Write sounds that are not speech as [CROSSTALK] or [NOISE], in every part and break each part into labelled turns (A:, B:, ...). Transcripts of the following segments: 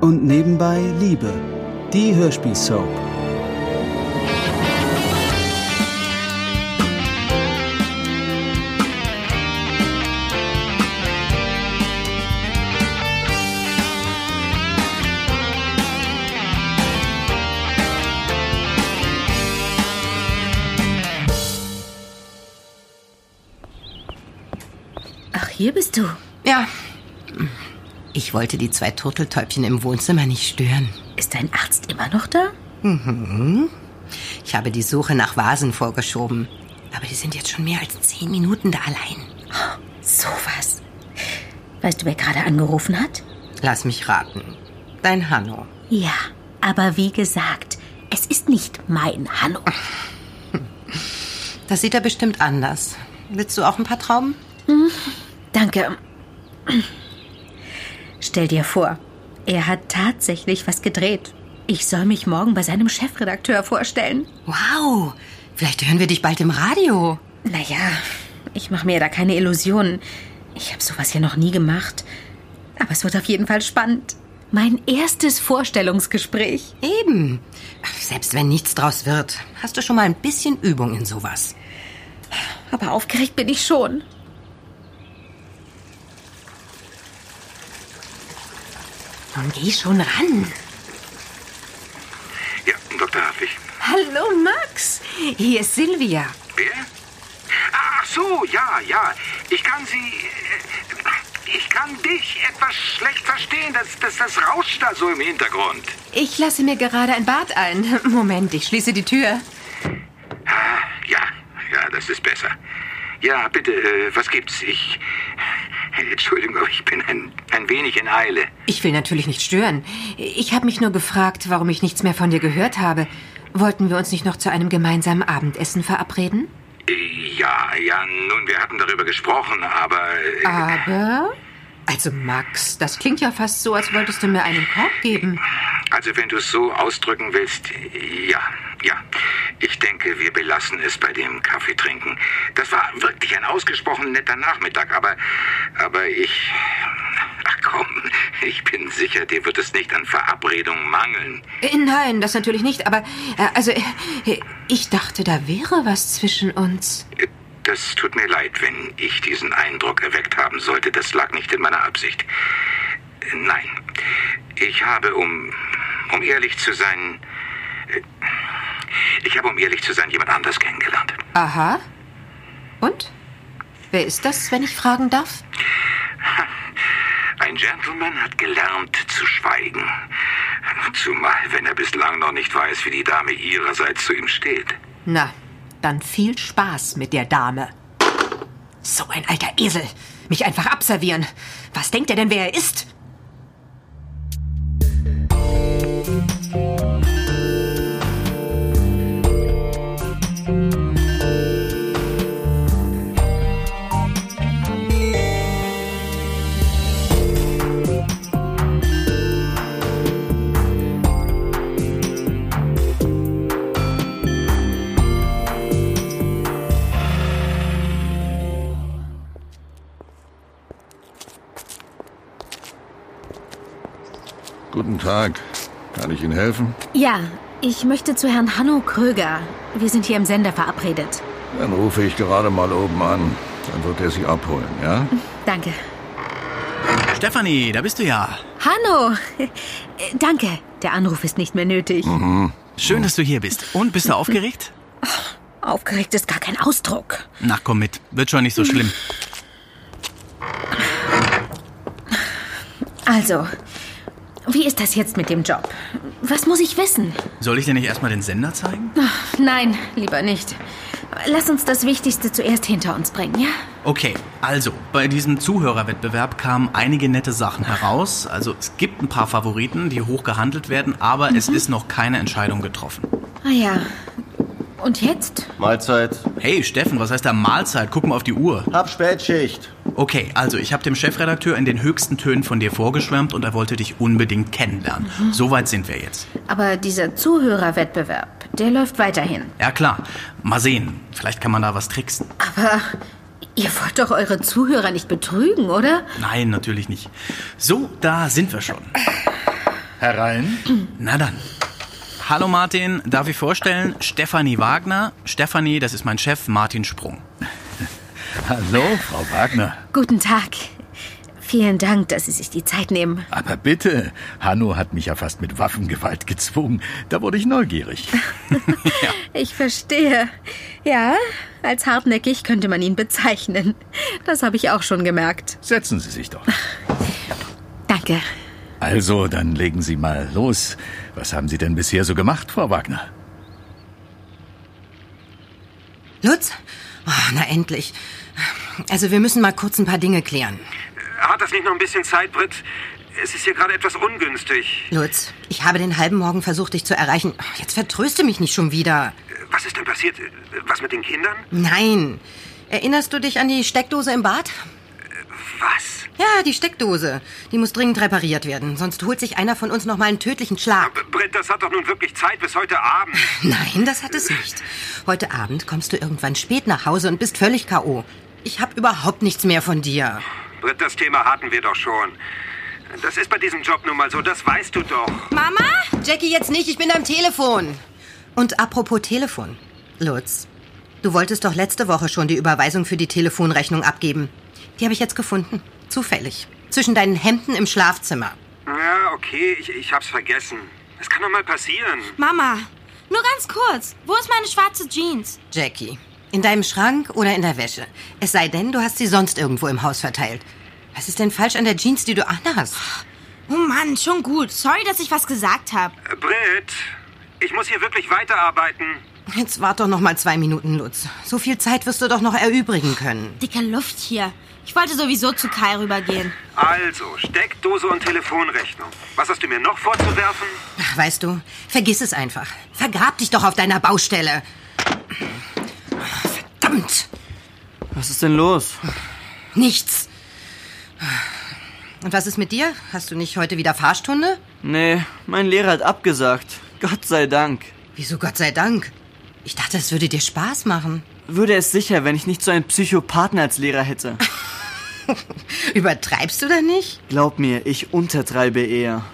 A: und nebenbei Liebe, die Hörspielsoap.
B: Ach, hier bist du.
C: Ja. Ich wollte die zwei Turteltäubchen im Wohnzimmer nicht stören.
B: Ist dein Arzt immer noch da?
C: Mhm. Ich habe die Suche nach Vasen vorgeschoben. Aber die sind jetzt schon mehr als zehn Minuten da allein.
B: Oh, sowas. Weißt du, wer gerade angerufen hat?
C: Lass mich raten. Dein Hanno.
B: Ja, aber wie gesagt, es ist nicht mein Hanno.
C: Das sieht er bestimmt anders. Willst du auch ein paar Trauben?
B: Danke. Stell dir vor, er hat tatsächlich was gedreht. Ich soll mich morgen bei seinem Chefredakteur vorstellen.
C: Wow. Vielleicht hören wir dich bald im Radio.
B: Naja, ich mache mir da keine Illusionen. Ich habe sowas ja noch nie gemacht. Aber es wird auf jeden Fall spannend. Mein erstes Vorstellungsgespräch.
C: Eben. Selbst wenn nichts draus wird, hast du schon mal ein bisschen Übung in sowas.
B: Aber aufgeregt bin ich schon.
C: Nun geh schon ran.
D: Ja, Dr. Hartwig.
E: Hallo Max, hier ist Silvia.
D: Wer? Ah, Ach so, ja, ja. Ich kann Sie. äh, Ich kann dich etwas schlecht verstehen. Das, das, das rauscht da so im Hintergrund.
E: Ich lasse mir gerade ein Bad ein. [LAUGHS] Moment, ich schließe die Tür.
D: Ah, ja, ja, das ist besser. Ja, bitte, äh, was gibt's? Ich. äh, Entschuldigung, aber ich bin ein, ein wenig in Eile.
E: Ich will natürlich nicht stören. Ich habe mich nur gefragt, warum ich nichts mehr von dir gehört habe. Wollten wir uns nicht noch zu einem gemeinsamen Abendessen verabreden?
D: Äh, Ja, ja, nun, wir hatten darüber gesprochen, aber. äh,
E: Aber. Also Max, das klingt ja fast so, als wolltest du mir einen Korb geben.
D: Also wenn du es so ausdrücken willst, ja, ja. Ich denke, wir belassen es bei dem Kaffee trinken. Das war wirklich ein ausgesprochen netter Nachmittag, aber, aber ich, ach komm, ich bin sicher, dir wird es nicht an Verabredung mangeln.
E: Äh, Nein, das natürlich nicht, aber äh, also äh, ich dachte, da wäre was zwischen uns.
D: Das tut mir leid, wenn ich diesen Eindruck erweckt haben sollte. Das lag nicht in meiner Absicht. Nein, ich habe, um, um ehrlich zu sein, ich habe, um ehrlich zu sein, jemand anders kennengelernt.
E: Aha. Und? Wer ist das, wenn ich fragen darf?
D: Ein Gentleman hat gelernt zu schweigen. Zumal, wenn er bislang noch nicht weiß, wie die Dame ihrerseits zu ihm steht.
E: Na, dann viel Spaß mit der Dame. So ein alter Esel. Mich einfach abservieren. Was denkt er denn, wer er ist?
F: Guten Tag. Kann ich Ihnen helfen?
B: Ja, ich möchte zu Herrn Hanno Kröger. Wir sind hier im Sender verabredet.
F: Dann rufe ich gerade mal oben an. Dann wird er Sie abholen, ja?
B: Danke.
G: Stefanie, da bist du ja.
B: Hanno! Äh, [LAUGHS] Danke, der Anruf ist nicht mehr nötig.
C: Mhm.
G: Schön, dass du hier bist. Und bist du aufgeregt?
B: Aufgeregt ist gar kein Ausdruck.
G: Na komm mit, wird schon nicht so schlimm.
B: Also, wie ist das jetzt mit dem Job? Was muss ich wissen?
G: Soll ich dir nicht erstmal den Sender zeigen?
B: Nein, lieber nicht. Lass uns das Wichtigste zuerst hinter uns bringen, ja?
G: Okay, also, bei diesem Zuhörerwettbewerb kamen einige nette Sachen heraus. Also es gibt ein paar Favoriten, die hoch gehandelt werden, aber es ist noch keine Entscheidung getroffen.
B: Ah ja. Und jetzt?
H: Mahlzeit.
G: Hey Steffen, was heißt da Mahlzeit? Guck mal auf die Uhr.
H: Hab Spätschicht.
G: Okay, also ich habe dem Chefredakteur in den höchsten Tönen von dir vorgeschwärmt und er wollte dich unbedingt kennenlernen. Soweit sind wir jetzt.
B: Aber dieser Zuhörerwettbewerb, der läuft weiterhin.
G: Ja klar, mal sehen. Vielleicht kann man da was tricksen.
B: Aber ihr wollt doch eure Zuhörer nicht betrügen, oder?
G: Nein, natürlich nicht. So, da sind wir schon.
H: herein.
G: Na dann. Hallo Martin, darf ich vorstellen? Stefanie Wagner. Stefanie, das ist mein Chef, Martin Sprung.
H: Hallo, Frau Wagner.
B: Guten Tag. Vielen Dank, dass Sie sich die Zeit nehmen.
H: Aber bitte, Hanno hat mich ja fast mit Waffengewalt gezwungen. Da wurde ich neugierig.
B: Ich verstehe. Ja, als hartnäckig könnte man ihn bezeichnen. Das habe ich auch schon gemerkt.
H: Setzen Sie sich doch.
B: Danke.
H: Also, dann legen Sie mal los. Was haben Sie denn bisher so gemacht, Frau Wagner?
C: Lutz? Oh, na endlich. Also wir müssen mal kurz ein paar Dinge klären.
D: Hat das nicht noch ein bisschen Zeit, Britt? Es ist hier gerade etwas ungünstig.
C: Lutz, ich habe den halben Morgen versucht, dich zu erreichen. Jetzt vertröste mich nicht schon wieder.
D: Was ist denn passiert? Was mit den Kindern?
C: Nein. Erinnerst du dich an die Steckdose im Bad?
D: Was?
C: Ja, die Steckdose. Die muss dringend repariert werden, sonst holt sich einer von uns noch mal einen tödlichen Schlag.
D: Britt, das hat doch nun wirklich Zeit bis heute Abend. [LAUGHS]
C: Nein, das hat es nicht. Heute Abend kommst du irgendwann spät nach Hause und bist völlig K.O. Ich hab überhaupt nichts mehr von dir.
D: Britt, das Thema hatten wir doch schon. Das ist bei diesem Job nun mal so, das weißt du doch.
C: Mama? Jackie, jetzt nicht, ich bin am Telefon. Und apropos Telefon. Lutz, du wolltest doch letzte Woche schon die Überweisung für die Telefonrechnung abgeben. Die habe ich jetzt gefunden. Zufällig. Zwischen deinen Hemden im Schlafzimmer.
D: Ja, okay, ich, ich hab's vergessen. Es kann doch mal passieren.
I: Mama, nur ganz kurz. Wo ist meine schwarze Jeans?
C: Jackie, in deinem Schrank oder in der Wäsche. Es sei denn, du hast sie sonst irgendwo im Haus verteilt. Was ist denn falsch an der Jeans, die du anhast?
I: Oh Mann, schon gut. Sorry, dass ich was gesagt habe.
D: Britt, ich muss hier wirklich weiterarbeiten.
C: Jetzt wart doch noch mal zwei Minuten, Lutz. So viel Zeit wirst du doch noch erübrigen können.
I: Dicke Luft hier. Ich wollte sowieso zu Kai rübergehen.
D: Also, Steckdose und Telefonrechnung. Was hast du mir noch vorzuwerfen?
C: Ach, weißt du, vergiss es einfach. Vergrab dich doch auf deiner Baustelle. Verdammt,
J: Was ist denn los?
C: nichts. Und was ist mit dir? Hast du nicht heute wieder Fahrstunde?
J: Nee, mein Lehrer hat abgesagt. Gott sei Dank.
C: Wieso Gott sei Dank? Ich dachte, es würde dir Spaß machen.
J: Würde es sicher, wenn ich nicht so einen Psychopathen als Lehrer hätte.
C: Übertreibst du da nicht?
J: Glaub mir, ich untertreibe eher.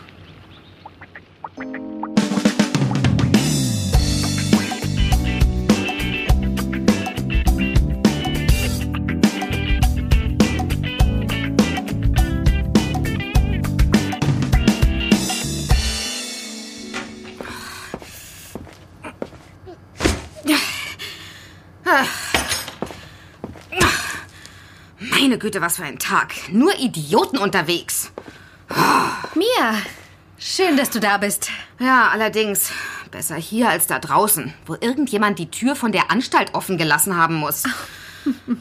K: Meine Güte, was für ein Tag. Nur Idioten unterwegs.
B: Mia, schön, dass du da bist.
K: Ja, allerdings. Besser hier als da draußen, wo irgendjemand die Tür von der Anstalt offen gelassen haben muss.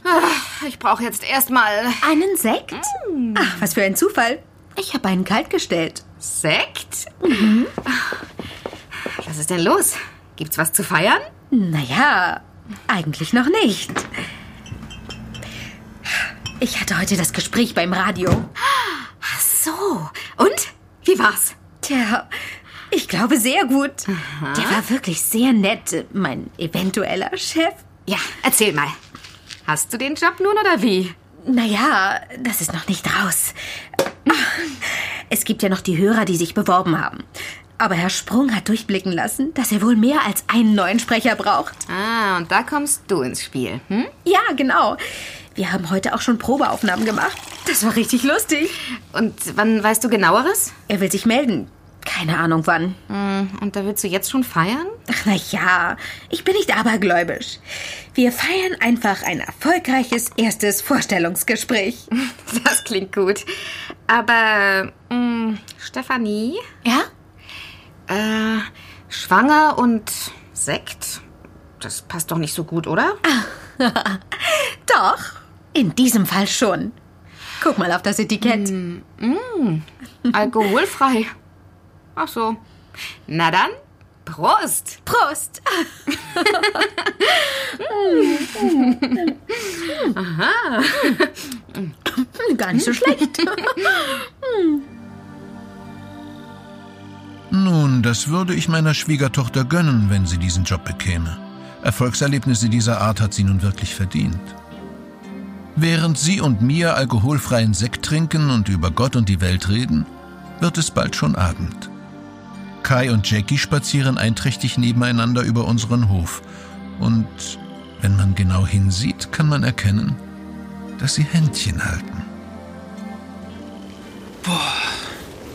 K: Ah, Ich brauche jetzt erstmal
B: Einen Sekt?
K: Mm.
B: Ach, was für ein Zufall. Ich habe einen kalt gestellt.
K: Sekt.
I: Mhm.
K: Was ist denn los? Gibt's was zu feiern?
B: Naja, eigentlich noch nicht. Ich hatte heute das Gespräch beim Radio.
K: So. Und? Wie war's?
B: Tja, ich glaube sehr gut. Der war wirklich sehr nett, mein eventueller Chef.
K: Ja, erzähl mal. Hast du den Job nun oder wie?
B: Naja, das ist noch nicht raus. Es gibt ja noch die Hörer, die sich beworben haben. Aber Herr Sprung hat durchblicken lassen, dass er wohl mehr als einen neuen Sprecher braucht.
K: Ah, und da kommst du ins Spiel. Hm?
B: Ja, genau. Wir haben heute auch schon Probeaufnahmen gemacht. Das war richtig lustig.
K: Und wann weißt du genaueres? Hm,
B: Er will sich melden. Keine Ahnung wann.
K: Und da willst du jetzt schon feiern?
B: Ach, na ja, ich bin nicht abergläubisch. Wir feiern einfach ein erfolgreiches erstes Vorstellungsgespräch.
K: [LAUGHS] Das klingt gut. Aber, mh, Stefanie,
B: Ja?
K: äh, schwanger und Sekt? Das passt doch nicht so
I: [LAUGHS]
K: gut, oder?
B: Doch. In diesem Fall schon. Guck mal auf das Etikett.
K: Alkoholfrei. Ach so. Na dann, Prost!
B: Prost. Aha. Gar nicht so schlecht.
L: Nun, das würde ich meiner Schwiegertochter gönnen, wenn sie diesen Job bekäme. Erfolgserlebnisse dieser Art hat sie nun wirklich verdient. Während sie und mir alkoholfreien Sekt trinken und über Gott und die Welt reden, wird es bald schon Abend. Kai und Jackie spazieren einträchtig nebeneinander über unseren Hof. Und wenn man genau hinsieht, kann man erkennen, dass sie Händchen halten.
J: Boah,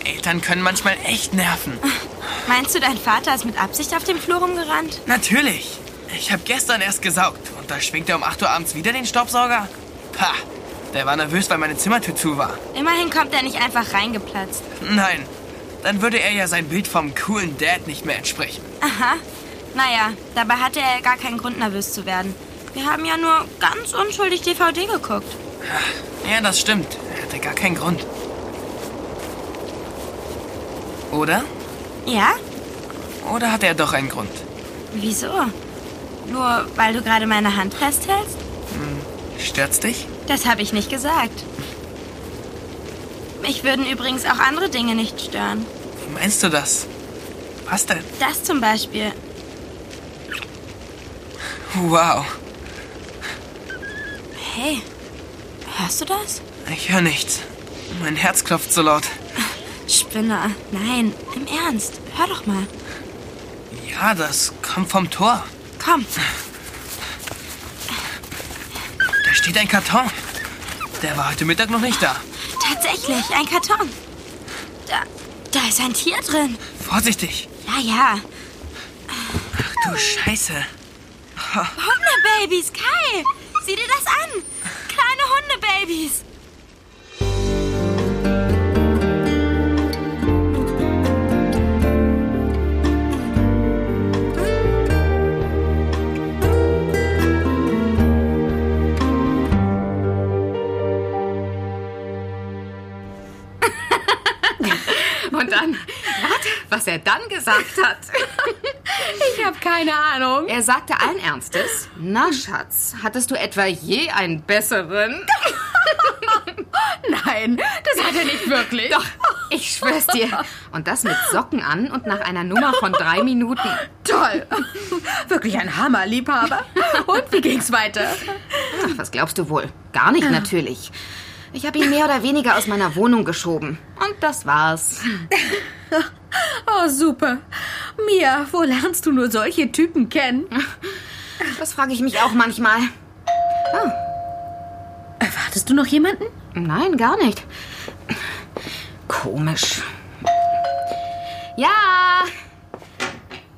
J: Eltern können manchmal echt nerven.
I: Meinst du, dein Vater ist mit Absicht auf dem Flur rumgerannt?
J: Natürlich. Ich habe gestern erst gesaugt und da schwingt er um 8 Uhr abends wieder den Staubsauger. Pah, der war nervös, weil meine Zimmertür zu war.
I: Immerhin kommt er nicht einfach reingeplatzt.
J: Nein, dann würde er ja sein Bild vom coolen Dad nicht mehr entsprechen.
I: Aha. Naja, dabei hatte er gar keinen Grund, nervös zu werden. Wir haben ja nur ganz unschuldig DVD geguckt.
J: Ja, das stimmt. Er hatte gar keinen Grund. Oder?
I: Ja?
J: Oder hat er doch einen Grund?
I: Wieso? Nur weil du gerade meine Hand festhältst?
J: Stört's dich?
I: Das habe ich nicht gesagt. Mich würden übrigens auch andere Dinge nicht stören.
J: Wie meinst du das? Was denn?
I: Das zum Beispiel.
J: Wow,
I: Hey, hörst du das?
J: ich höre nichts. Mein Herz klopft so laut.
I: Spinner. Nein, im Ernst. Hör doch mal.
J: Ja, das kommt vom Tor.
I: Komm.
J: Da steht ein Karton. Der war heute Mittag noch nicht da.
I: Tatsächlich, ein Karton. Da, da ist ein Tier drin.
J: Vorsichtig.
I: Ja, ja.
J: Ach du Scheiße.
I: Hundebabys, Kai! Sieh dir das an! Kleine Hundebabys!
K: Und dann, [LAUGHS] warte, was er dann gesagt hat. Ich habe keine Ahnung. Er sagte allen Ernstes, na Schatz, hattest du etwa je einen besseren? Nein, das hat er nicht wirklich. Doch, ich schwör's dir. Und das mit Socken an und nach einer Nummer von drei Minuten.
B: Toll. Wirklich ein Hammerliebhaber. Und wie ging's weiter?
K: Ach, was glaubst du wohl? Gar nicht natürlich. Ich habe ihn mehr oder weniger aus meiner Wohnung geschoben. Und das war's.
B: Oh, super. Mia, wo lernst du nur solche Typen kennen?
K: Das frage ich mich auch manchmal.
B: Erwartest du noch jemanden?
K: Nein, gar nicht. Komisch. Ja.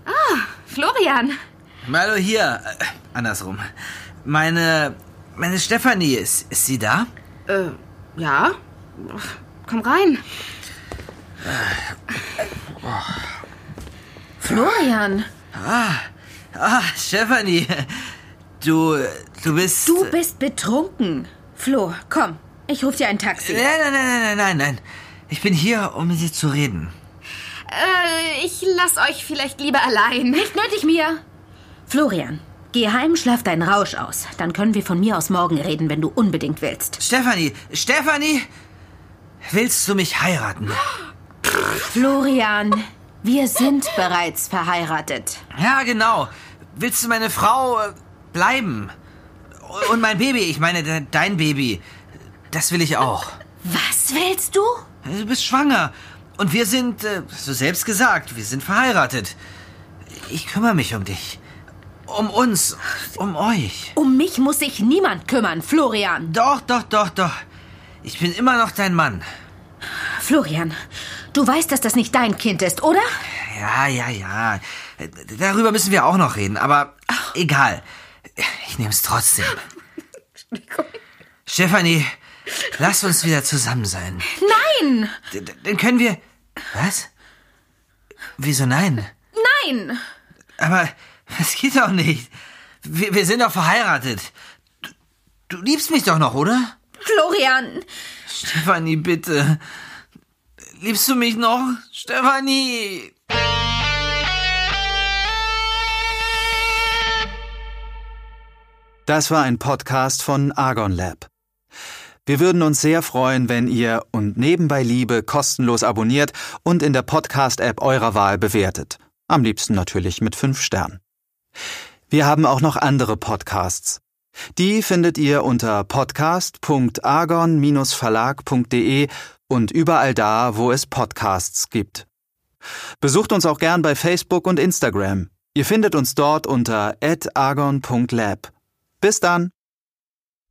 K: Ah, Florian.
M: Malo hier. Äh, andersrum. Meine. Meine Stefanie, ist, ist sie da?
K: Äh, ja. Komm rein.
B: Florian.
M: Ah, ah Stefanie. Du. Du bist.
B: Du bist betrunken. Flo, komm. Ich rufe dir ein Taxi.
M: Äh, Nein, nein, nein, nein, nein, nein. Ich bin hier, um mit dir zu reden.
K: Äh, ich lass euch vielleicht lieber allein.
B: Nicht nötig, Mia. Florian, geh heim, schlaf deinen Rausch aus. Dann können wir von mir aus morgen reden, wenn du unbedingt willst.
M: Stefanie, Stefanie! Willst du mich heiraten?
B: Florian, wir sind bereits verheiratet.
M: Ja, genau. Willst du meine Frau äh, bleiben? Und mein Baby, ich meine de- dein Baby. Das will ich auch.
B: Was willst du?
M: Du bist schwanger. Und wir sind, äh, so selbst gesagt, wir sind verheiratet. Ich kümmere mich um dich. Um uns. Um euch.
B: Um mich muss sich niemand kümmern, Florian.
M: Doch, doch, doch, doch. Ich bin immer noch dein Mann.
B: Florian, du weißt, dass das nicht dein Kind ist, oder?
M: Ja, ja, ja. Darüber müssen wir auch noch reden, aber egal. Ich nehme es trotzdem. Stefanie, lass uns wieder zusammen sein.
B: Nein!
M: D- d- Dann können wir. Was? Wieso nein?
B: Nein!
M: Aber das geht doch nicht. Wir, wir sind doch verheiratet. Du, du liebst mich doch noch, oder?
B: Florian!
M: Stefanie, bitte. Liebst du mich noch? Stefanie!
A: Das war ein Podcast von Argon Lab. Wir würden uns sehr freuen, wenn ihr und nebenbei Liebe kostenlos abonniert und in der Podcast-App eurer Wahl bewertet. Am liebsten natürlich mit fünf Sternen. Wir haben auch noch andere Podcasts. Die findet ihr unter podcast.argon-verlag.de und überall da, wo es Podcasts gibt. Besucht uns auch gern bei Facebook und Instagram. Ihr findet uns dort unter argon.lab. Bis dann!